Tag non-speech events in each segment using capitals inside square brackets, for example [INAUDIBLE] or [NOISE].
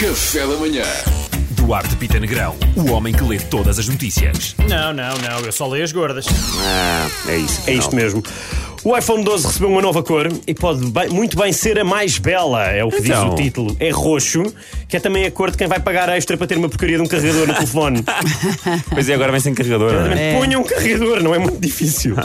Café da Manhã. Duarte Pita Negrão, o homem que lê todas as notícias. Não, não, não, eu só leio as gordas. É isso. É isto mesmo. O iPhone 12 recebeu uma nova cor e pode bem- muito bem ser a mais bela, é o que Então. diz o título. É roxo, que é também a cor de quem vai pagar extra para ter uma porcaria de um carregador [LAUGHS] no telefone. Pois é, agora vem sem carregador. não é? Ponha um carregador, não é muito [LAUGHS] difícil.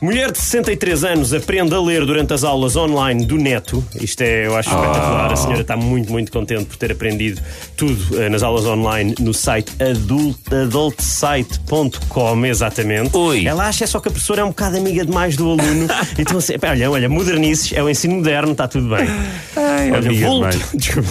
Mulher de 63 anos aprende a ler durante as aulas online do neto. Isto é, eu acho espetacular. A senhora está muito, muito contente por ter aprendido tudo eh, nas aulas online no site adult, adultsite.com, exatamente. Ui. Ela acha só que a professora é um bocado amiga demais do [LAUGHS] aluno. então, assim, pá, olha, olha, modernices, é o ensino moderno, está tudo bem. Olha, amiga volta- demais. [LAUGHS] Desculpa.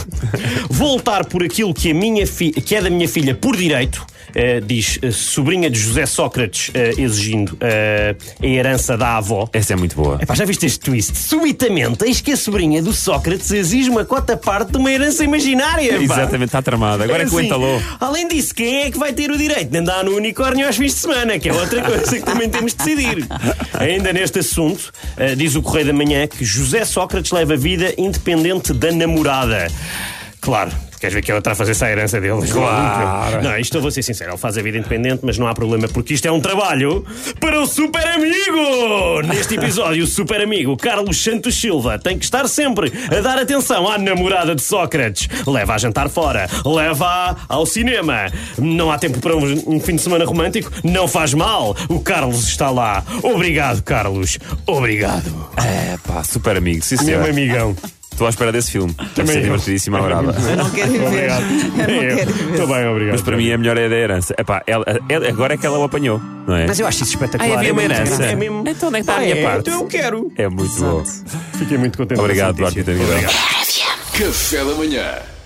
Voltar por aquilo que, a minha fi- que é da minha filha por direito, eh, diz a sobrinha de José Sócrates, eh, exigindo eh, a herança da avó. Essa é muito boa. Epá, já viste este twist? Subitamente, eis que a sobrinha do Sócrates exige uma cota parte de uma herança imaginária. pá. Exatamente, está tramada. Agora é que o Assim, entalou. Além disso, quem é que vai ter o direito de andar no unicórnio aos fins de semana? Que é outra coisa que também temos de [LAUGHS] decidir. Ainda neste assunto, eh, diz o Correio da Manhã que José Sócrates leva a vida independente da namorada. Claro. Queres ver que ela está a fazer essa herança dele? Claro. Não, isto eu vou ser sincero. Ele faz a vida independente, mas não há problema, porque isto é um trabalho para o super amigo! Neste episódio, o super amigo Carlos Santos Silva tem que estar sempre a dar atenção à namorada de Sócrates. Leva a jantar fora, leva ao cinema. Não há tempo para um, um fim de semana romântico? Não faz mal. O Carlos está lá. Obrigado, Carlos. Obrigado. É pá, super amigo. Sim, Meu senhor. amigão. Estou à espera desse filme. Deve Também ser eu. divertidíssima adorável. Eu não quero ir ver. Obrigado. É, Eu não quero ir ver. Estou bem, obrigado. Mas para mim a melhor é a da herança. É pá, ela- ela- agora é que ela o apanhou, não é? Mas eu acho isso espetacular. Ah, havia É uma muito herança. grande. É mesmo. Então onde é que está a Ah, minha é? parte? Então eu quero. É muito bom. Fiquei muito contente. com Obrigado, essa notícia. Duarte Pita Negrão. Café da Manhã.